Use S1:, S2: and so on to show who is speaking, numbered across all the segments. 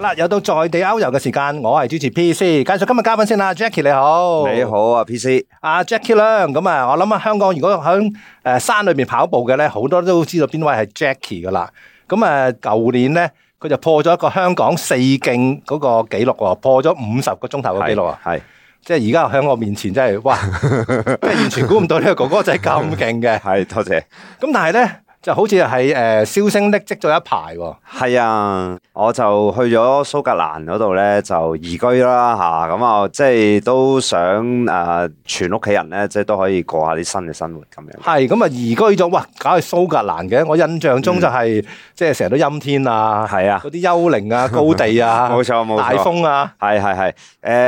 S1: 啦，又到在地歐遊嘅時間，我係主持 P C，介紹今日嘉賓先啦，Jackie 你好，
S2: 你，好啊，PC，
S1: 阿 Jackie 啦，咁啊，我諗啊，香港如果響誒山裏邊跑步嘅咧，好多都知道邊位係 Jackie 噶啦。咁啊，舊年咧佢就破咗一個香港四徑嗰個紀錄喎，破咗五十個鐘頭嘅紀錄啊！
S2: 係
S1: 即係而家喺我面前真係， 哇！即係完全估唔到呢個哥哥仔咁勁嘅。
S2: 係多謝，
S1: 咁但係咧就好似係誒銷聲匿跡咗一排喎。
S2: 係啊，我就去咗蘇格蘭嗰度咧就移居啦吓，咁啊即係都想誒全屋企人咧即係都可以過下啲新嘅生活咁樣。
S1: 係咁啊，移居咗，哇！搞去蘇格蘭嘅，我印象中就係、即係成日都陰天啊，
S2: 嗯係啊
S1: 嗰啲幽靈 啊、高地啊，
S2: 冇錯冇錯
S1: 大風啊，
S2: 係係係，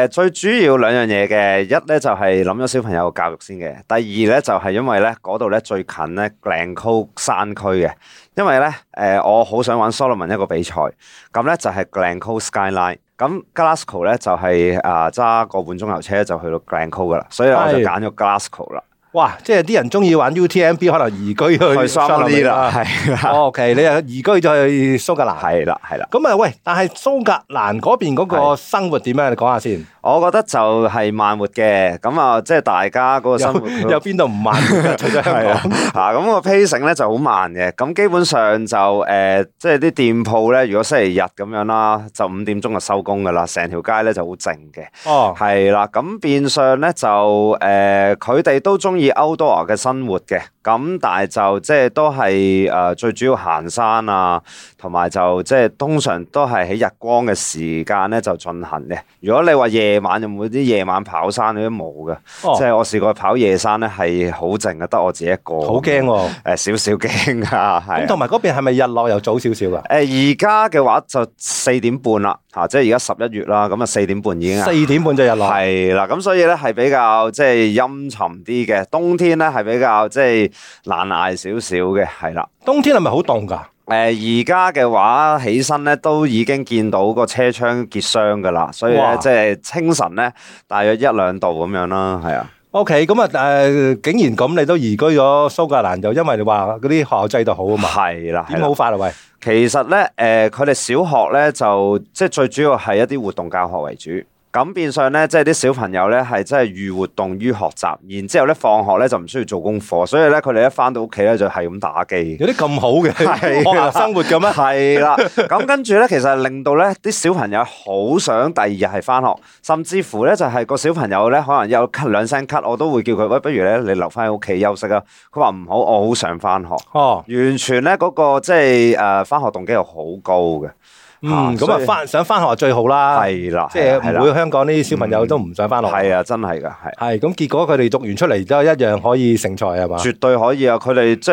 S2: 誒、最主要兩樣嘢嘅，一咧就係諗咗小朋友教育先嘅，第二咧就係因為咧嗰度咧最近咧 Glencoe 山區嘅，因為咧誒、我好想玩 Solomon 一個比賽，咁咧就係 Glencoe Skyline。咁 Glasgow 咧就係啊揸個半鐘頭車就去到 Glencoe 噶啦，所以我就
S1: 係
S2: 揀咗 Glasgow 啦，
S1: 哇！即係啲人中意玩 UTMB，可能移居去
S2: 去 s o m 啦，係啦，
S1: 哦 OK，你又移居咗去蘇格蘭。
S2: 係啦，係啦。
S1: 咁啊，喂！但係蘇格蘭嗰邊嗰個
S2: 係
S1: 生活點啊？你講下先，
S2: 我覺得就係慢活嘅，咁啊即係大家嗰個生活
S1: 有有邊度唔慢㗎？除咗香
S2: 係啊
S1: 港，，
S2: 嚇咁個 pacing 咧就好慢嘅，咁基本上就誒、呃即係啲店鋪咧，如果星期日咁樣啦，就五點鐘就收工噶啦，成條街咧就好靜嘅，
S1: 哦，
S2: 係啦，咁變相咧就誒，呃佢、哋都中意 outdoor 嘅生活嘅，咁但係就即係都係誒、呃最主要行山啊，同埋就即係通常都係喺日光嘅時間咧就進行嘅。如果你話夜晚有冇啲夜晚跑山嗰啲冇嘅，即
S1: 哦，
S2: 係我試過跑夜山咧，係好靜嘅，得我自己一個。
S1: 好驚喎！
S2: 誒少少 驚啊，
S1: 咁
S2: 係
S1: 同
S2: 啊。
S1: 埋嗰邊係咪日落又早少少啊㗎？
S2: 誒而家嘅話就四點半啦，嚇，即係而家十一月啦，咁啊四點半已經啊
S1: 四點半就日落，
S2: 係啦，咁所以咧係比較即係陰沉啲嘅，冬天咧係比較即係難捱少少嘅，係啦。
S1: 冬天係咪好凍㗎？
S2: 誒而家嘅話起身咧都已經見到個車窗結霜噶啦，所以
S1: 哇
S2: 咧即係清晨咧大約一兩度咁樣啦，係啊。
S1: O K，咁啊，誒，竟然咁你都移居咗蘇格蘭，就因為你話嗰啲學校制度好啊嘛，
S2: 係啦，係
S1: 點
S2: 啦
S1: 好法啊？喂，
S2: 其實咧，誒、佢哋小學咧就即係最主要係一啲活動教學為主。咁變相咧，即係啲小朋友咧係真係寓活動於學習，然之後咧放學咧就唔需要做功課，所以咧佢哋一返到屋企咧就係咁打機。
S1: 有啲咁好嘅學
S2: 係啊
S1: 校生活嘅咩？
S2: 係啦，咁跟住咧，其實係令到咧啲小朋友好想第二日係翻學，甚至乎咧就係個小朋友咧可能有咳兩聲咳，我都會叫佢喂，不如咧你留翻喺屋企休息啊。佢話唔好，我好想翻學。
S1: 哦，
S2: 完全咧嗰、個即係誒翻學動機係好高嘅，啊
S1: 嗯，咁
S2: 所
S1: 啊
S2: 以，
S1: 翻想翻學最好啦，
S2: 係啦，
S1: 啊即係
S2: 係
S1: 唔
S2: 啦
S1: 會香港啲小朋友都唔想翻學，
S2: 係啊，真係㗎，係。
S1: 係咁結果佢哋讀完出嚟都一樣可以成才係嘛？
S2: 絕對可以啊！佢哋即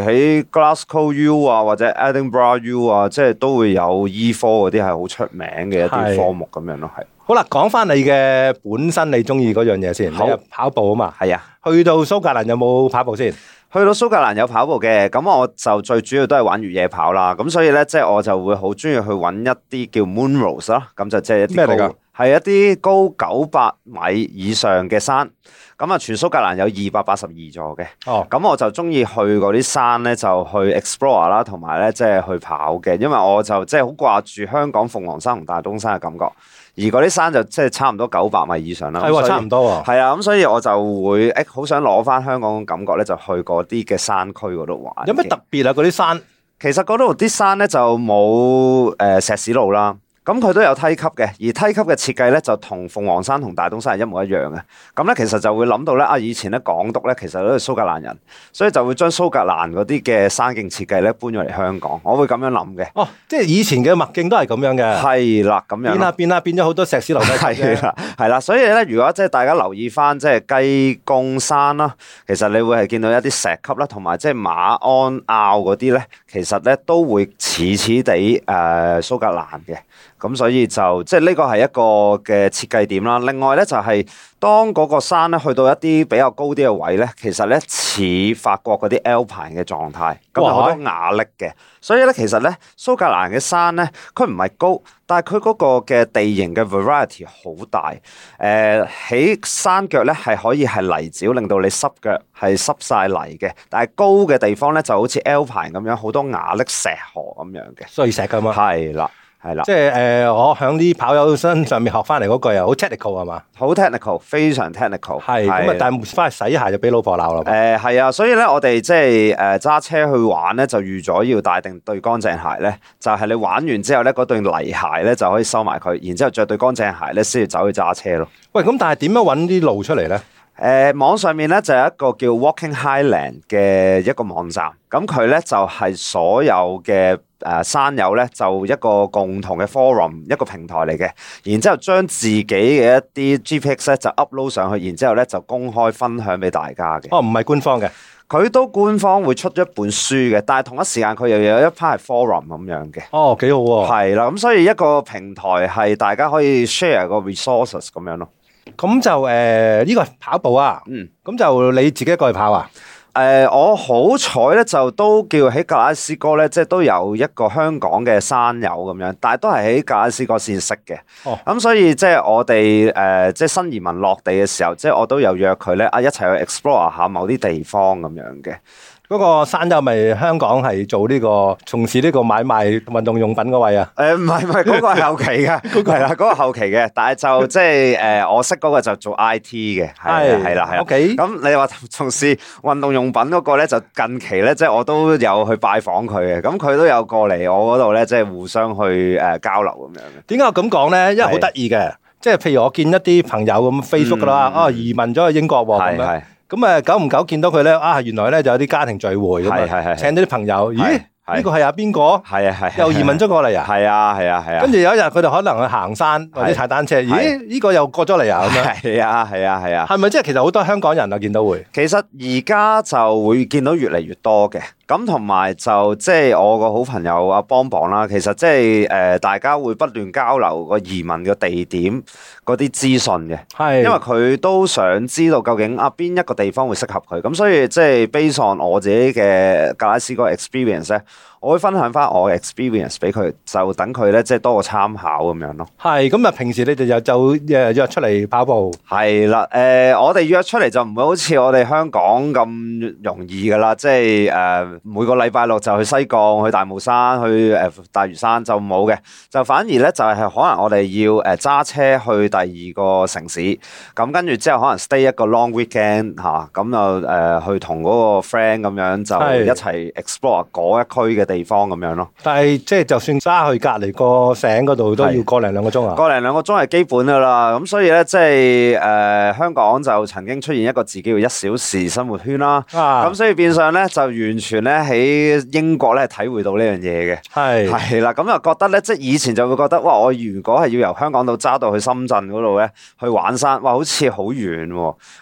S2: 係喺 Glasgow U 啊，或者 Edinburgh U 啊，即係都會有醫科嗰啲係好出名嘅
S1: 係
S2: 一啲科目咁樣咯，係
S1: 好啦，講翻你嘅本身你中意嗰樣嘢先，你
S2: 好
S1: 係跑步啊嘛，
S2: 係啊。
S1: 去到蘇格蘭有冇跑步先？
S2: 去到蘇格蘭有跑步嘅，咁我就最主要都係玩越野跑啦。咁所以咧，即係我就會好中意去揾一啲叫 moon rose 啦，咁就即係一
S1: 咩
S2: 啲
S1: 嚟㗎
S2: 高係一啲高九百米以上嘅山。咁啊，全蘇格蘭有二百八十二座嘅。
S1: 哦，
S2: 咁我就中意去嗰啲山咧，就去 explore 啦，同埋咧即係去跑嘅，因為我就即係好掛住香港鳳凰山同大東山嘅感覺，而嗰啲山就即係差唔多九百米以上啦。
S1: 係喎，差唔
S2: 多。
S1: 多喎。
S2: 係啊，咁所以我就會誒好想攞翻香港嘅感覺咧，就去嗰啲嘅山區嗰度玩。
S1: 有咩特？別啊？嗰啲山
S2: 其實嗰度啲山咧就冇誒、呃石屎路啦。咁佢都有梯級嘅，而梯級嘅設計咧就同鳳凰山同大東山係一模一樣嘅。咁咧其實就會諗到咧啊，以前咧港督咧其實都係蘇格蘭人，所以就會將蘇格蘭嗰啲嘅山徑設計咧搬咗嚟香港。我會咁樣諗嘅，
S1: 哦，即係以前嘅墨鏡都係咁樣嘅。
S2: 係啦咁樣
S1: 變
S2: 咯
S1: 啦。變啦，變咗好多石屎樓梯
S2: 係啊
S1: 啫。
S2: 啦，係啦，所以咧，如果即係大家留意翻即係雞公山啦，其實你會係見到一啲石級啦，同埋即係馬鞍坳嗰啲咧，其實咧都會似似地誒蘇格蘭嘅，咁所以就即係呢個係一個嘅設計點啦。另外咧就係、當嗰個山咧去到一啲比較高啲嘅位咧，其實咧似法國嗰啲 Alpine 嘅狀態，咁有好多瓦礫嘅，所以咧其實咧蘇格蘭嘅山咧，佢唔係高，但係佢嗰個嘅地形嘅 variety 好大，誒、喺山腳咧係可以係泥沼，令到你濕腳係濕晒泥嘅，但係高嘅地方咧就好似 Alpine 咁樣，好多瓦礫石河咁樣嘅，
S1: 碎石咁啊！
S2: 係啦，係啦。
S1: 即係诶，誒我喺啲跑友身上面學翻嚟嗰句啊，好 technical 係嘛？
S2: 好 technical，非常 technical。
S1: 係咁啊，但係翻去洗鞋就俾老婆鬧啦。
S2: 誒係啊，所以咧，我哋即係誒揸車去玩咧，就預咗要帶定對乾淨鞋咧，就係、你玩完之後咧，嗰對泥鞋咧就可以收埋佢，然之後着對乾淨鞋咧先要走去揸車咯。
S1: 喂，咁但係點樣揾啲路出嚟咧？
S2: 誒、網上面咧就有一個叫 Walking Highland 嘅一個網站，咁佢咧就係、所有嘅誒、呃山友咧就一個共同嘅 forum 一個平台嚟嘅，然之後將自己嘅一啲 GPX 咧就 upload 上去，然之後咧就公開分享俾大家嘅。
S1: 哦，唔係官方嘅，
S2: 佢都官方會出一本書嘅，但係同一時間佢又有一 part 係 forum 咁樣嘅，
S1: 哦，幾好喎。
S2: 係啦，咁所以一個平台係大家可以 share 個 resources 咁樣咯。
S1: 咁就诶呢個跑步啊，
S2: 嗯，
S1: 咁就你自己一個去跑啊？
S2: 誒、我好彩咧，就都叫喺格拉斯哥咧，即係都有一個香港嘅山友咁樣，但係都係喺格拉斯哥先識嘅。
S1: 哦
S2: 咁所以即係我哋誒、即係新移民落地嘅時候，即係我都有約佢咧，啊一齊去 explore 下某啲地方咁樣嘅。
S1: 嗰個山友咪香港係做呢個從事呢個買賣運動用品嗰位啊？
S2: 誒唔係唔係，嗰、個係後期 嘅，係啦，嗰、個後期嘅，但係就即係誒，我識嗰個就做 I T 嘅，係啊係啦係啦。
S1: ，OK，
S2: 咁你話從事運動用品嗰個咧，就近期咧，即係我都有去拜訪佢嘅，咁佢都有過嚟我嗰度咧，即係互相去誒交流咁樣嘅。
S1: 點解我咁講咧？因為好得意嘅，即係譬如我見一啲朋友咁 Facebook 噶啦，
S2: 嗯
S1: 啊移民咗去英國喎咁
S2: 係
S1: 樣，
S2: 係
S1: 咁啊久唔久見到佢咧，啊原來咧就有啲家庭聚會咁
S2: 係
S1: 啊，
S2: 係
S1: 請
S2: 係
S1: 咗啲朋友，咦
S2: 係
S1: 呢個係阿邊個？
S2: 係啊係，
S1: 又移民咗過嚟啊？
S2: 係啊係啊係啊，
S1: 跟住有一日佢哋可能去行山或者踩單車，咦呢個又過咗嚟啊咁樣，
S2: 係啊係啊係啊。
S1: 係咪即係其實好多香港人啊見到會？
S2: 其實而家就會見到越嚟越多嘅，咁同埋就即係我個好朋友阿邦邦啦，其實即係誒大家會不斷交流個移民嘅地點嗰啲資訊嘅，
S1: 係
S2: 因為佢都想知道究竟啊邊一個地方會適合佢，咁所以即係 base on 我自己嘅格拉斯哥 experience 咧，我會分享翻我嘅 experience 俾佢，就等佢咧即係多個參考咁樣咯。
S1: 係咁啊，平時你哋又就誒約出嚟跑步。
S2: 係啦，誒、我哋約出嚟就唔會好似我哋香港咁容易噶啦，即係誒、每個禮拜六就去西貢、去大帽山、去誒、大嶼山就冇嘅，就反而咧就係、可能我哋要誒揸、車去第二個城市，咁跟住之後可能 stay 一個 long weekend 嚇、咁就誒、去同嗰個 friend 咁樣
S1: 係
S2: 就一齊 explore 嗰一區嘅地方咁樣咯。
S1: 但係即係就算揸去隔離個省嗰度都要
S2: 係
S1: 個零兩個鐘啊！
S2: 個零兩個鐘係基本噶啦，咁所以咧即係誒、呃香港就曾經出現一個字叫做一小時生活圈啦。
S1: 啊
S2: 咁，所以變相咧就完全咧喺英國咧體會到呢樣嘢嘅。
S1: 係
S2: 係啦，咁又覺得咧，即係以前就會覺得，哇！我如果係要由香港島揸到去深圳嗰度咧，去玩山，哇，好似好遠喎。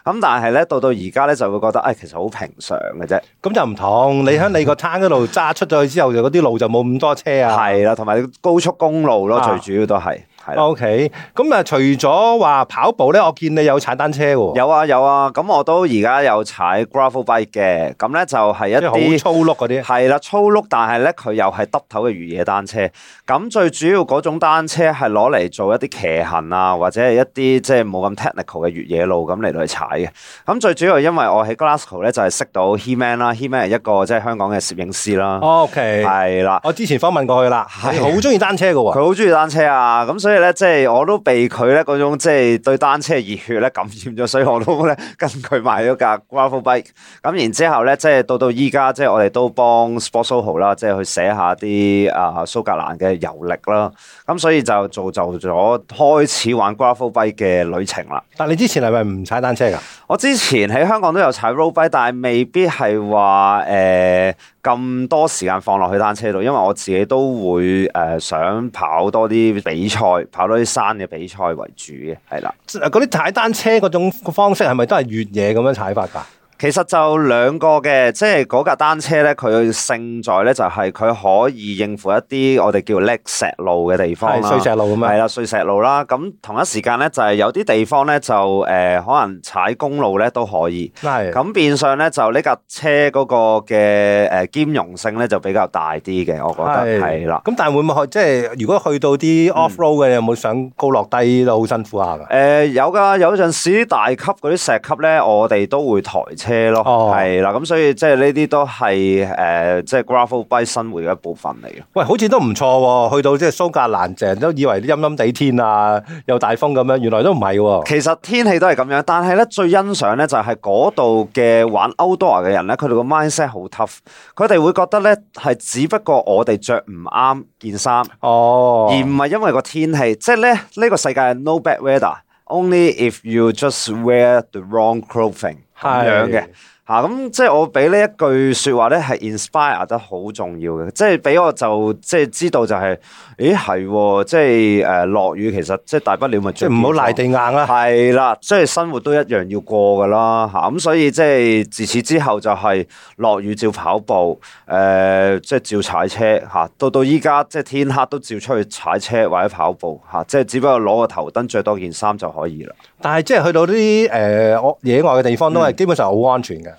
S2: 咁但係咧，到到而家咧就會覺得，誒、哎其實好平常嘅啫。
S1: 咁就唔同。你喺你個灘嗰度揸出咗去之後，就嗰啲路就冇咁多車啊。
S2: 係啦，同埋高速公路咯，
S1: 啊
S2: 最主要都係。係啦。
S1: O K，咁啊，除咗話跑步咧，我見你有踩單車喎，
S2: 有啊有啊，咁我都而家有踩 gravel bike 嘅，咁咧就係
S1: 即係好
S2: 一啲。
S1: 粗碌嗰啲。
S2: 係啦，粗碌，但係咧佢又係耷頭嘅越野單車。咁最主要嗰種單車係攞嚟做一啲騎行啊，或者係一啲即係冇咁 technical 嘅越野路咁嚟到去踩嘅。咁最主要係因為我喺 Glasgow 咧就係識到 He-Man 啦，He-Man 係一個即係香港嘅攝影師啦，
S1: O K，
S2: 係啦。
S1: 我之前訪問過佢啦，
S2: 係
S1: 佢好中意單車嘅喎。
S2: 佢好中意單車啊，咁所以咧，即係我都被佢咧嗰種即係對單車嘅熱血咧感染咗，所以我都咧跟佢買咗架 gravel bike。咁然之後咧，即係到到依家，即係我哋都幫 Sport Soho 啦，即係去寫下啲啊蘇格蘭嘅遊歷啦。咁所以就造就咗開始玩 gravel bike 嘅旅程啦。
S1: 但你之前係咪唔踩單車㗎？
S2: 我之前喺香港都有踩 road bike，但係未必係話誒咁多時間放落去單車度，因為我自己都會誒、呃想跑多啲比賽，跑多啲山嘅比賽為主嘅，係啦。
S1: 嗰啲踩單車嗰種方式係咪都係越野咁樣踩法㗎？
S2: 其實就兩個嘅，即係嗰架單車咧，佢勝在咧就係佢可以應付一啲我哋叫叻石路嘅地
S1: 係
S2: 方啦。
S1: 碎石路咁啊
S2: 係
S1: 樣。
S2: 啦，碎石路啦。咁同一時間咧，就係、有啲地方咧就誒、呃可能踩公路咧都可以。
S1: 係。
S2: 咁變相咧就呢架車嗰個嘅誒兼容性咧就比較大啲嘅，我覺得係啦。
S1: 咁但係會唔嗯會去即係如果去到啲 off road 嘅，有冇上高落低都好辛苦下㗎？
S2: 呃誒、有㗎，有陣時大級嗰啲石級咧，我哋都會抬車車咯，
S1: 哦
S2: 係啦、咁所以即係呢啲都係誒、呃即係 gravel bike 生活嘅一部分嚟嘅。
S1: 喂，好似都唔錯喎，去到即係蘇格蘭成日都以為陰陰地天啊，又大風咁樣，原來都唔係喎。
S2: 其實天氣都係咁樣，但係咧最欣賞咧就係嗰度嘅玩 outdoor 嘅人咧，佢哋個 mindset 好 tough，佢哋會覺得咧係只不過我哋着唔啱件衫，
S1: 哦，
S2: 而唔係因為個天氣。即係咧呢個世界係 no bad weather。Only if you just wear the wrong clothing 咁
S1: 係
S2: 樣嘅嚇，咁、即係我俾呢一句説話咧係 inspire 得好重要嘅，即係俾我就即係知道就係、咦係喎，即係誒落雨其實即係大不了咪
S1: 即
S2: 着
S1: 係唔好
S2: 件衫
S1: 賴地硬 啦。
S2: 係啦，即係生活都一樣要過噶啦嚇，咁所以即係自此之後就係落雨照跑步，誒、即係照踩車嚇、到到依家即係天黑都照出去踩車或者跑步嚇、即係只不過攞個頭燈着多件衫就可以啦。
S1: 但係即係去到啲誒我野外嘅地方都係基本上好安全嘅。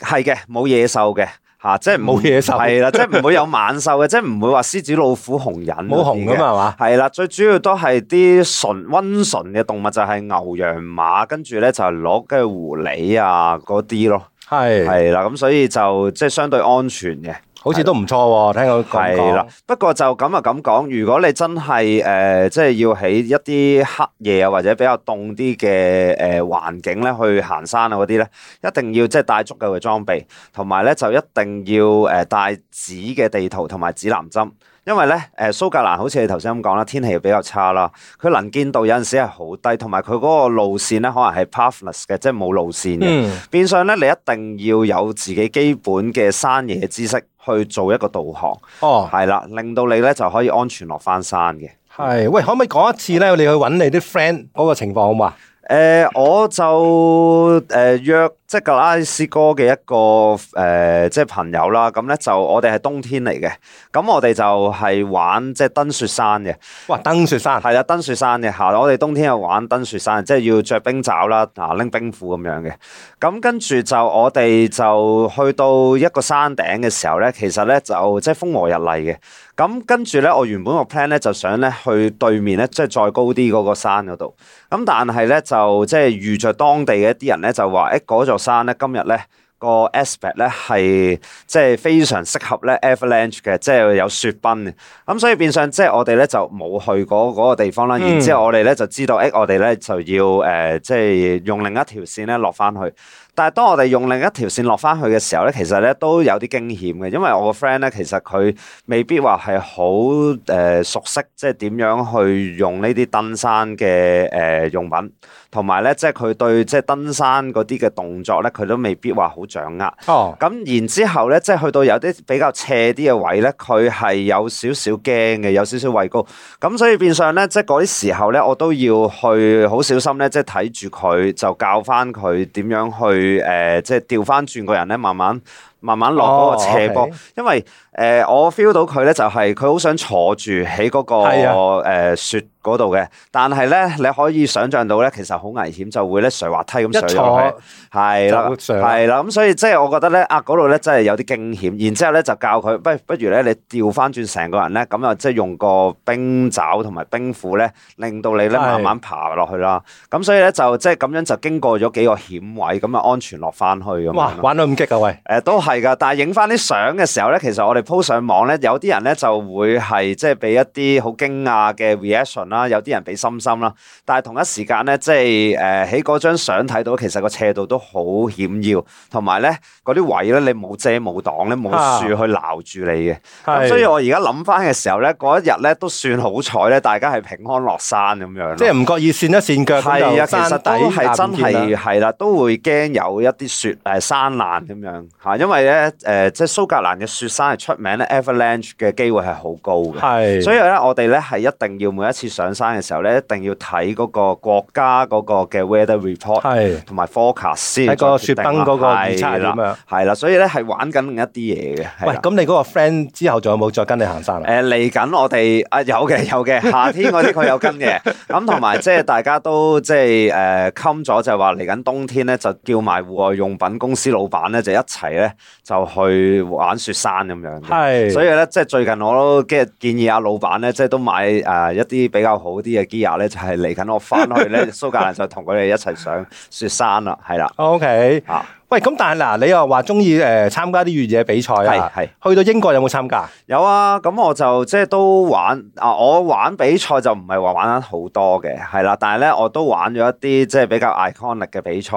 S2: 係嘅，冇野獸嘅。嚇、即係唔
S1: 冇野獸
S2: 係啦，即 係唔會有猛獸嘅，即係唔會話獅子、老虎、紅人
S1: 冇
S2: 嗰啲
S1: 熊㗎嘛係嘛
S2: 係啦，最主要都係啲純温純嘅動物，就係牛、羊、馬，跟住咧就係攞跟住狐狸啊嗰啲咯。
S1: 係，
S2: 係啦，咁所以就即係相對安全嘅。
S1: 好似都唔錯喎。聽佢咁
S2: 係啦
S1: 講，，
S2: 不過就咁啊咁講，如果你真係誒、呃即係要喺一啲黑夜啊，或者比較凍啲嘅誒環境咧，去行山啊嗰啲咧，一定要即係帶足夠嘅裝備，同埋咧就一定要誒帶紙嘅地圖同埋指南針。因為咧，誒蘇格蘭好似你頭先咁講啦，天氣比較差啦，佢能見度有陣時係好低，同埋佢嗰個路線咧可能係 pathless 嘅，即係冇路線嘅。
S1: 嗯，
S2: 變相咧，你一定要有自己基本嘅山野知識去做一個導航，
S1: 哦，
S2: 係啦，令到你咧就可以安全落翻山嘅。
S1: 係。喂，可唔可以講一次咧？你去揾你啲 friend 嗰個情況好嘛？
S2: 誒、呃我就誒、約即係格拉斯哥嘅一個誒、即係朋友啦。咁咧就我哋係冬天嚟嘅，咁我哋就係玩即係登雪山嘅。
S1: 哇，登雪山。
S2: 係啦，登雪山嘅嚇，我哋冬天又玩登雪山，即係要着冰爪啦，啊拎冰褲咁樣嘅。咁跟住就我哋就去到一個山頂嘅時候咧，其實咧就即係風和日麗嘅。咁跟住咧，我原本個 plan 咧就想咧去對面咧，即係再高啲嗰個山嗰度。咁但係咧就即係遇着當地嘅一啲人咧就話，誒嗰座山咧今日咧。個 aspect 咧係即係非常適合咧 avalanche 嘅，即係有雪崩嘅。咁所以變相即係我哋咧就冇去嗰嗰個地方啦。
S1: 嗯
S2: 然之後我哋咧就知道，誒、我哋咧就要誒、呃即係用另一條線咧落翻去。但係當我哋用另一條線落翻去嘅時候咧，其實咧都有啲驚險嘅，因為我個 friend 咧其實佢未必話係好誒熟悉，即係點樣去用呢啲登山嘅誒、呃用品，同埋咧即係佢對即係登山嗰啲嘅動作咧，佢都未必話好掌握。
S1: 哦，
S2: 咁然之後咧，即係去到有啲比較斜啲嘅位咧，佢係有少少驚嘅，有少少畏高。咁所以變相咧，即係嗰啲時候咧，我都要去好小心咧，即係睇住佢，就教翻佢點樣去誒、呃即係調翻轉個人咧，慢慢慢慢落嗰個斜
S1: 哦
S2: 坡。
S1: ，OK
S2: 因為誒、呃我 feel 到佢咧就係佢好想坐住喺嗰個
S1: 係啊
S2: 誒、呃雪嗰度嘅，但係咧你可以想像到咧，其實好危險，就會咧垂滑梯咁
S1: 一
S2: 垂落去。
S1: 坐
S2: 係啦，
S1: 就會上
S2: 係啦，咁所以即係我覺得咧，啊嗰度咧真係有啲驚險，然之後咧就教佢，不不如咧你調翻轉成個人咧，咁啊即係用個冰爪同埋冰斧咧，令到你咧
S1: 係
S2: 慢慢爬落去啦。咁所以咧就即係咁樣就經過咗幾個險位，咁啊安全落翻去咁樣
S1: 哇
S2: 啦，。
S1: 玩到咁激啊！喂，
S2: 誒、呃都係㗎，但係影翻啲相嘅時候咧，其實我哋 po 上網咧，有啲人咧就會係即係俾一啲好驚訝嘅 reaction 啦，有啲人俾心心啦，但係同一時間咧，即係誒喺嗰張相睇到，其實個斜度都好險要，同埋咧嗰啲位咧你冇遮冇擋咧冇樹去撈住你嘅，咁
S1: 係
S2: 所以我而家諗翻嘅時候咧，嗰一日咧都算好彩咧，大家係平安落山咁樣咯。
S1: 即係唔覺意跣一跣腳咁
S2: 係
S1: 就
S2: 啊，其
S1: 山
S2: 實
S1: 底
S2: 都係真
S1: 下面見
S2: 係
S1: 啦
S2: 係啦，都會驚有一啲雪誒、呃山難咁樣嚇，因為咧誒、呃即係蘇格蘭嘅雪山係出名咧，avalanche 嘅機會係好高嘅。
S1: 係，
S2: 所以咧，我哋咧係一定要每一次上山嘅時候咧，一定要睇嗰個國家嗰個嘅 weather report
S1: 係
S2: 同埋 forecast 先
S1: 喺個
S2: 再決定啦。
S1: 雪崩嗰個預測係點啊
S2: 係啦
S1: 樣，
S2: 係啦，所以咧係玩緊另一啲嘢嘅。係
S1: 喂，
S2: 啦
S1: 咁你嗰個 friend 之後仲有冇再跟你行山啊？
S2: 誒呃嚟緊，我哋啊有嘅有嘅，夏天嗰啲佢有跟嘅。咁同埋即係大家都即係誒冚咗，就係話嚟緊冬天咧，就叫埋戶外用品公司老闆咧，就一齊咧就去玩雪山咁樣嘅。
S1: 係，
S2: 所以咧，即係最近我都即係建議阿老闆咧，即係都買誒一啲比較好啲嘅 gear 咧，就係嚟緊我翻去咧蘇格蘭就同佢哋一齊上雪山啦，係啦
S1: OK，
S2: 啊
S1: 喂，咁但係嗱，你又話中意誒參加啲越野比賽啊？
S2: 係係
S1: 去到英國有冇參加？
S2: 有啊，咁我就即係都玩啊！我玩比賽就唔係話玩得好多嘅，係啦，但係咧我都玩咗一啲即係比較 iconic 嘅比賽。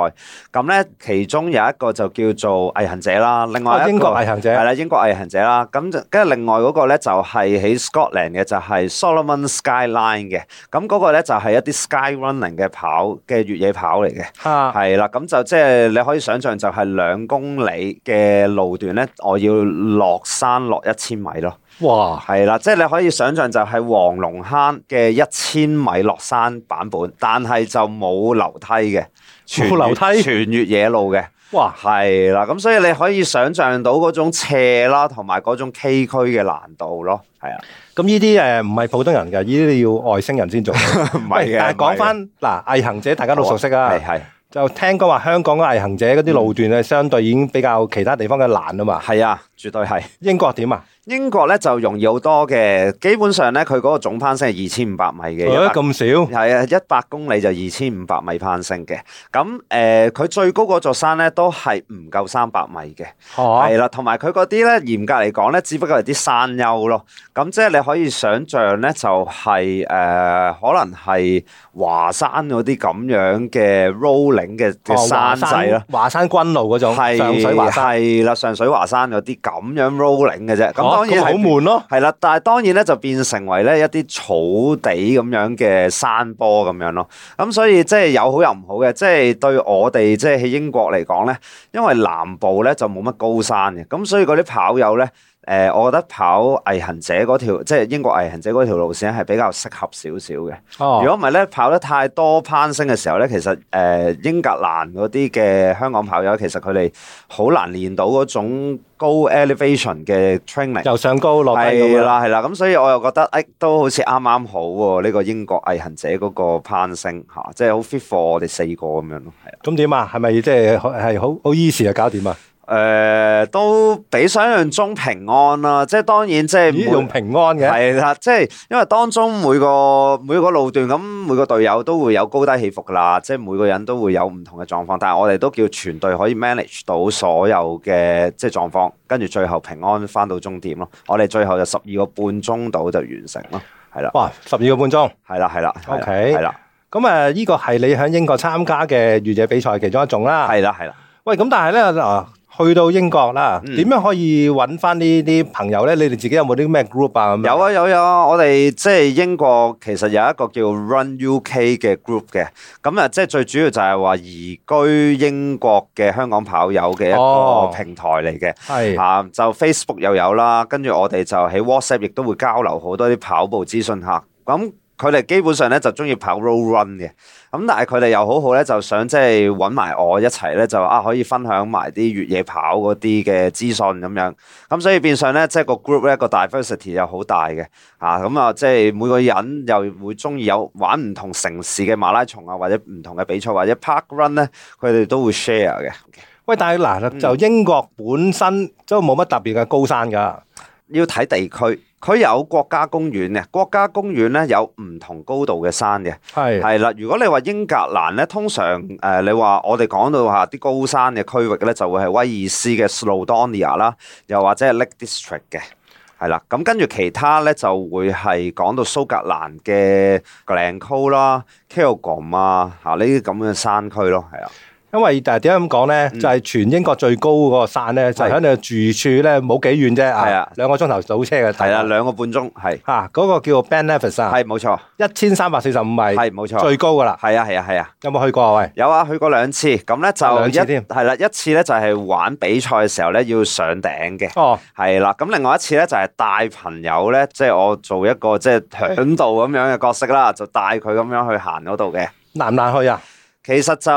S2: 咁咧其中有一個就叫做毅行者啦，另外一
S1: 啊
S2: 個
S1: 英國毅行者
S2: 係啦，英國毅行者啦。咁就跟住另外嗰個咧就係喺 Scotland 嘅，就係 Solomon Skyline 嘅。咁嗰個咧就係一啲 sky running 嘅跑嘅越野跑嚟嘅。
S1: 啊，
S2: 係啦，咁就即係你可以想象就係兩公里嘅路段咧，我要落山落一千米咯。
S1: 哇！
S2: 係啦，即係你可以想象就係黃龍坑嘅一千米落山版本，但係就冇樓梯嘅，全
S1: 冇樓梯
S2: 全越野路嘅。
S1: 哇！
S2: 係啦，咁所以你可以想象到嗰種斜啦，同埋嗰種崎嶇嘅難度咯。係 啊，
S1: 咁呢啲誒唔係普通人嘅，呢啲要外星人先做。唔
S2: 唔係嘅。
S1: 但係
S2: 唔係
S1: 講
S2: 嘅
S1: 翻嗱，毅行者大家都熟悉啊
S2: 係。係
S1: 就聽講話香港嘅毅行者嗰啲路段咧，相對已經比較其他地方嘅難啊嘛。
S2: 係啊，絕對係。
S1: 英國點啊？
S2: 英國咧就容易好多嘅，基本上咧佢嗰個總攀升係二千五百米
S1: 誒
S2: 嘅，一百
S1: 咁少
S2: 係啊一百公里就二千五百米攀升嘅。咁誒，呃佢、最高嗰座山咧都係唔夠三百米嘅，
S1: 嚇
S2: 係啦、同埋佢嗰啲咧嚴格嚟講咧，只不過係啲山丘咯。咁即係你可以想像咧，就係、誒、可能係華山嗰啲咁樣嘅 rolling 嘅嘅山仔咯。，
S1: 哦華華山軍路嗰種
S2: 係
S1: 上水華山，
S2: 係啦，上水華山嗰啲咁樣 rolling 嘅啫，咁
S1: 哦
S2: 當然
S1: 咁好
S2: 係
S1: 悶咯。
S2: 係啦，但係當然咧就變成為咧一啲草地咁樣嘅山坡咁樣咯。咁所以即係有好有唔好嘅，即係對我哋即係喺英國嚟講咧，因為南部咧就冇乜高山嘅，咁所以嗰啲跑友咧，誒、我覺得跑毅行者嗰條即係英國毅行者嗰條路線係比較適合少少嘅。
S1: 哦
S2: 如果唔係咧，跑得太多攀升嘅時候咧，其實誒、呃英格蘭嗰啲嘅香港跑友，其實佢哋好難練到嗰種高 elevation 嘅 training。
S1: 由上高落低咁
S2: 係啊
S1: 樣。
S2: 啦，係啦，咁所以我又覺得，誒、哎都好似啱啱好喎、呢、個英國毅行者嗰個攀升嚇、即係好 fit for 我哋四個咁樣咯，係啊，
S1: 咁點啊？係咪即係係好好 easy 就搞掂啊？
S2: 誒、都比想象中平安啦，即係當然即係
S1: 咦，用
S2: 每
S1: 平安嘅，
S2: 係啦，即係因為當中每個每個路段咁，每個隊友都會有高低起伏㗎啦，即係每個人都會有唔同嘅狀況，但係我哋都叫全隊可以 manage 到所有嘅即係狀況，跟住最後平安翻到終點咯，我哋最後就十二個半鐘度就完成咯，係啦。
S1: 哇，十二個半鐘。
S2: 係啦，係啦
S1: OK
S2: 係啦，
S1: 咁誒，呢個係你喺英國參加嘅越野比賽其中一種啦。
S2: 係啦，係啦。
S1: 喂，咁但係咧嗱，去到英國啦，
S2: 嗯
S1: 點樣可以揾翻呢啲朋友咧？你哋自己有冇啲咩 group 啊？咁樣
S2: 有，啊，有有啊！我哋即係英國其實有一個叫 Run UK 嘅 group 嘅，咁啊，即係最主要就係話移居英國嘅香港跑友嘅一
S1: 哦
S2: 個平台嚟嘅。
S1: 係
S2: 啊，就 Facebook 又有啦，跟住我哋就喺 WhatsApp 亦都會交流好多啲跑步資訊客。咁佢哋基本上咧就中意跑 road run 嘅，咁但係佢哋又好好咧，就想即係揾埋我一齊咧，就啊可以分享埋啲越野跑嗰啲嘅資訊咁樣。咁所以變相咧，即係個 group 咧個 diversity 又好大嘅，啊咁啊，即係每個人又會中意有玩唔同城市嘅馬拉松啊，或者唔同嘅比賽，或者 park run 咧，佢哋都會 share 嘅。
S1: 喂，但係
S2: 嗯
S1: 嗱，就英國本身都冇乜特別嘅高山㗎，
S2: 要睇地區，佢有國家公園嘅，國家公園咧有唔同高度嘅山嘅，
S1: 係
S2: 係啦。如果你話英格蘭咧，通常誒、呃你話我哋講到話啲高山嘅區域咧，就會係威爾斯嘅 Snowdonia 啦，又或者係 Lake District 嘅。係啦，咁跟住其他咧就會係講到蘇格蘭嘅 Glencoe 啦、Cairngorm 啊，嚇呢啲咁嘅山區咯，係啦，
S1: 因為但係點解咁講咧？
S2: 嗯
S1: 就係全英國最高嗰個山咧，就喺你住處咧冇幾遠啫，
S2: 係
S1: 啊
S2: 啊，
S1: 兩個鐘頭早車嘅，
S2: 係啦，，兩個半鐘，係
S1: 嚇嗰個叫做 Ben Nevis 啊，
S2: 係冇錯，
S1: 一千三百四十五米，
S2: 係冇錯，
S1: 最高㗎啦，
S2: 係啊係啊係啊。
S1: 有冇去過啊？喂，
S2: 有啊，去過兩次，咁咧
S1: 啊兩次
S2: 就一
S1: 添
S2: 係啦，一次咧就係玩比賽嘅時候咧要上頂嘅，
S1: 哦，
S2: 係啦，咁另外一次咧就係帶朋友咧，即係我做一個即係嚮導咁樣嘅角色啦，就帶佢咁樣去行嗰度嘅。
S1: 難唔難去啊？
S2: 其實就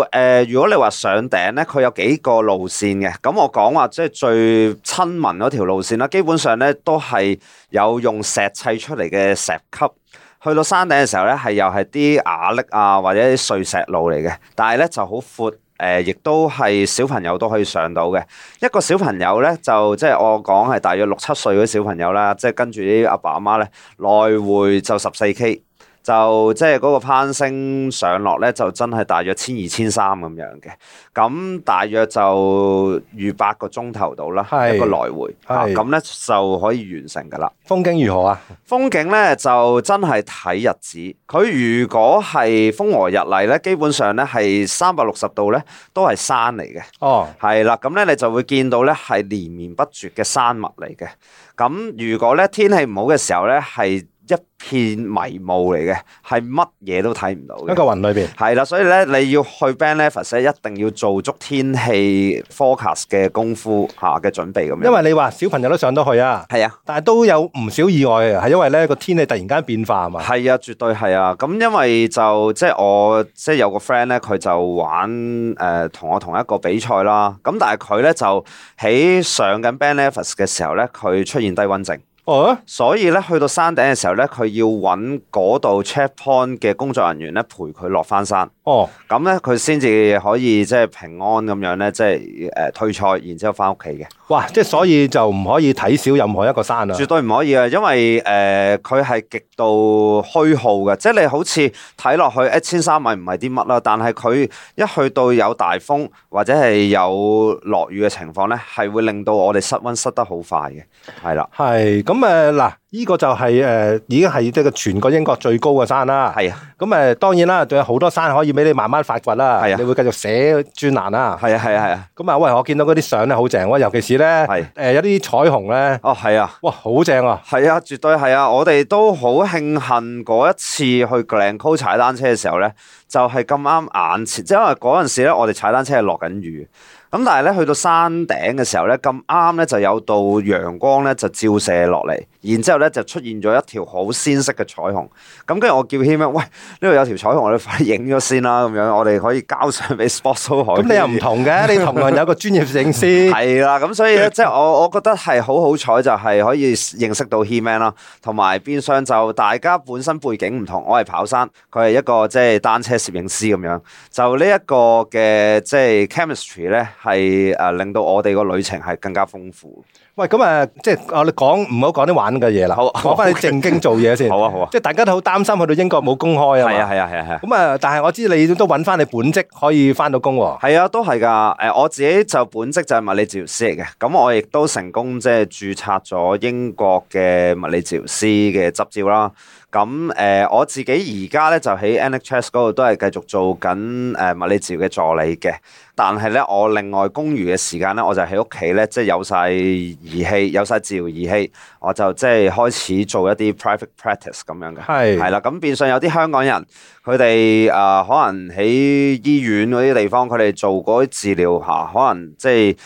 S2: 誒、呃如果你話上頂咧，佢有幾個路線嘅。咁我講話即係最親民嗰條路線啦，基本上咧都係有用石砌出嚟嘅石級。去到山頂嘅時候咧，係又係啲瓦礫啊，或者啲碎石路嚟嘅，但係咧就好闊。誒，亦都係小朋友都可以上到嘅。一個小朋友咧，就即係我講係大約六七歲嗰啲小朋友啦，即係跟住啲阿爸阿媽咧，來回就十四 K。就即係嗰個攀升上落咧，就真係大約千二千三咁樣嘅。咁大約就預八個鐘頭到啦，
S1: 係
S2: 一個來回。啊
S1: 係
S2: 咁咧就可以完成噶啦。
S1: 風景如何啊？
S2: 風景咧就真係睇日子，佢如果係風和日麗咧，基本上咧係三百六十度咧都係山嚟嘅。
S1: 哦，
S2: 係啦，咁咧你就會見到咧係連綿不絕嘅山脈嚟嘅。咁如果咧天氣唔好嘅時候咧，係一片迷霧嚟嘅，係乜嘢都睇唔到
S1: 一
S2: 嘅。
S1: 個雲裏邊。
S2: 係啦，所以咧你要去 Band Levis 咧，一定要做足天氣 forecast 嘅功夫嚇嘅準備咁樣。
S1: 因為你話小朋友都上到去啊，
S2: 係啊。
S1: 但係都有唔少意外嘅，係因為咧個天氣突然間變化啊嘛。
S2: 係啊，絕對係啊。咁因為就即係我即係有個 friend 咧，佢就玩誒同、我同一個比賽啦。咁但係佢咧就喺上緊 Band Levis 嘅時候咧，佢出現低温症，
S1: 哦，
S2: 所以咧去到山頂嘅時候咧，佢要揾嗰度 checkpoint 嘅工作人員咧陪佢落翻山。
S1: 哦，
S2: 咁咧佢先至可以即係平安咁樣咧，即係誒、呃退賽，然之後翻屋企嘅。
S1: 哇！即係所以就唔可以睇少任何一個山啊。
S2: 絕對唔可以啊，因為誒佢係極度虛耗嘅，即係你好似睇落去一千三米唔係啲乜啦，但係佢一去到有大風或者係有落雨嘅情況咧，係會令到我哋失温失得好快嘅，係啦，
S1: 係咁誒嗱，呢個就係誒已經係即係個全個英國最高嘅山啦。
S2: 係啊，
S1: 咁誒當然啦，仲有好多山可以俾你慢慢發掘啦。
S2: 係啊
S1: 你會繼續寫專欄啦。
S2: 係啊，係啊，係啊，
S1: 咁啊，喂，我見到嗰啲相咧好正喎，尤其是咧
S2: 係
S1: 誒有啲彩虹咧，
S2: 哦，係啊。
S1: 哇，好正啊！
S2: 係啊，絕對係啊！我哋都好慶幸嗰一次去 Glencoe 踩單車嘅時候咧，就係咁啱眼前，即係因為嗰陣時咧，我哋踩單車係落緊雨，咁但係咧去到山頂嘅時候咧，咁啱咧就有道陽光咧就照射落嚟，然之後咧就出現咗一條好鮮色嘅彩虹。咁跟住我叫軒咩？喂，呢度有條彩虹，我哋快啲影咗先啦！咁樣我哋可以交上俾 Sportso 海。
S1: 咁你又唔同 嘅，你同樣有個專業攝影師。
S2: 係啦，咁所以 咧，即係我我覺得係好好彩，就係可以認識到 He-Man 啦，同埋變相就大家本身背景唔同，我係跑山，佢係一個即係單車攝影師咁樣，就呢一個嘅即係 chemistry 咧，係誒令到我哋個旅程係更加豐富。
S1: 喂，咁誒，即係我哋講唔好講啲玩嘅嘢啦，
S2: 好啊
S1: 講翻你正經做嘢先。
S2: 好啊好啊
S1: 即係大家都好擔心去到英國冇公開啊
S2: 係啊
S1: 嘛。
S2: 係啊係啊係啊！
S1: 咁啊，但係我知你都揾翻你本職可以翻到工喎。
S2: 係啊，都係㗎。誒，我自己就本職就係物理治療師嚟嘅，咁我亦都成功即係註冊咗英國嘅物理治療師嘅執照啦。咁誒、我自己而家咧就喺 NHS 嗰度都係繼續做緊呃誒物理治療嘅助理嘅，但係咧我另外公餘嘅時間咧，我就喺屋企咧即係有晒儀器，有晒治療儀器，我就即係開始做一啲 private practice 咁樣嘅。
S1: 係
S2: 係啦，咁變相有啲香港人佢哋誒啊可能喺醫院嗰啲地方，佢哋做嗰啲治療嚇、可能即係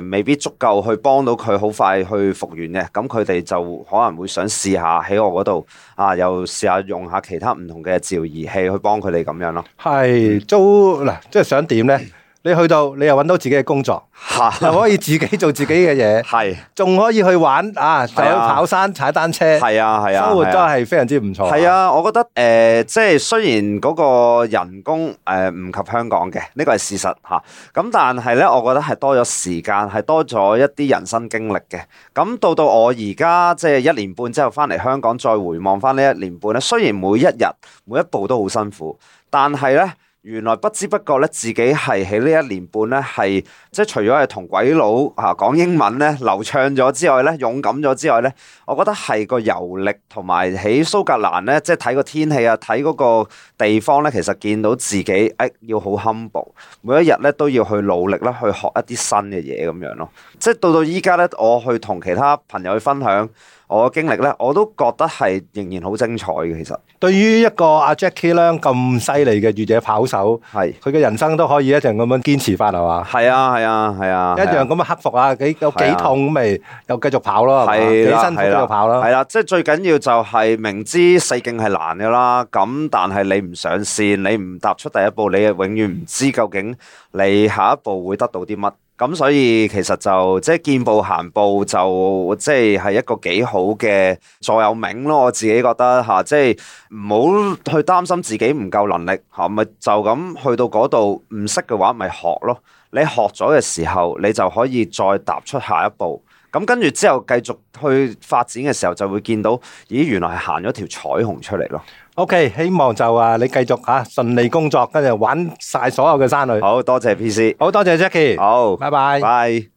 S2: 誒未必足夠去幫到佢好快去復原嘅，咁佢哋就可能會想試下喺我嗰度啊，又試下用下其他唔同嘅治療儀器去幫佢哋咁樣咯。
S1: 係租嗱，即係想點咧？你去到你又揾到自己嘅工作，
S2: 嚇，
S1: 又可以自己做自己嘅嘢，
S2: 係
S1: 仲可以去玩啊，就
S2: 係啊
S1: 跑山、踩單車，
S2: 係啊係啊，
S1: 生活
S2: 係
S1: 都
S2: 啊
S1: 係非常之唔錯。
S2: 係，啊，我覺得誒、呃即係雖然嗰個人工誒唔、及香港嘅，呢個係事實嚇。咁、但係咧，我覺得係多咗時間，係多咗一啲人生經歷嘅。咁到到我而家即係一年半之後翻嚟香港，再回望翻呢一年半咧，雖然每一日每一步都好辛苦，但係咧。原來不知不覺咧，自己係喺呢一年半咧，係即係除咗係同鬼佬嚇講英文咧流暢咗之外咧，勇敢咗之外咧，我覺得係個遊歷同埋喺蘇格蘭咧，即係睇個天氣啊，睇嗰個地方咧，其實見到自己誒、哎要好 humble，每一日咧都要去努力啦，去學一啲新嘅嘢咁樣咯。即係到到依家咧，我去同其他朋友去分享我嘅經歷咧，我都覺得係仍然好精彩嘅。其實
S1: 對於一個阿 Jackie 咧咁犀利嘅越野跑手，
S2: 係
S1: 佢嘅人生都可以一樣咁樣堅持法係嘛？
S2: 係啊係啊係啊，
S1: 一樣咁樣克服啊，幾有
S2: 係
S1: 幾
S2: 啊
S1: 痛咁咪又繼續跑咯，係嘛
S2: 係啦
S1: 幾辛苦繼續跑啦。
S2: 係啦，即係最緊要就係明知四徑係難嘅啦，咁但係你唔上線，你唔踏出第一步，你係永遠唔知究竟你下一步會得到啲乜。咁所以其實就即係見步行步就即係係一個幾好嘅座右銘咯，我自己覺得嚇、即係唔好去擔心自己唔夠能力嚇，咪、就咁去到嗰度唔識嘅話咪學咯。你學咗嘅時候，你就可以再踏出下一步。咁跟住之後繼續去發展嘅時候，就會見到，咦，原來係行咗條彩虹出嚟咯。
S1: OK，希望就啊你繼續吓順利工作，跟住玩晒所有嘅山女。
S2: 好多謝 P C，
S1: 好多謝 Jackie，
S2: 好，
S1: 拜拜。
S2: 拜。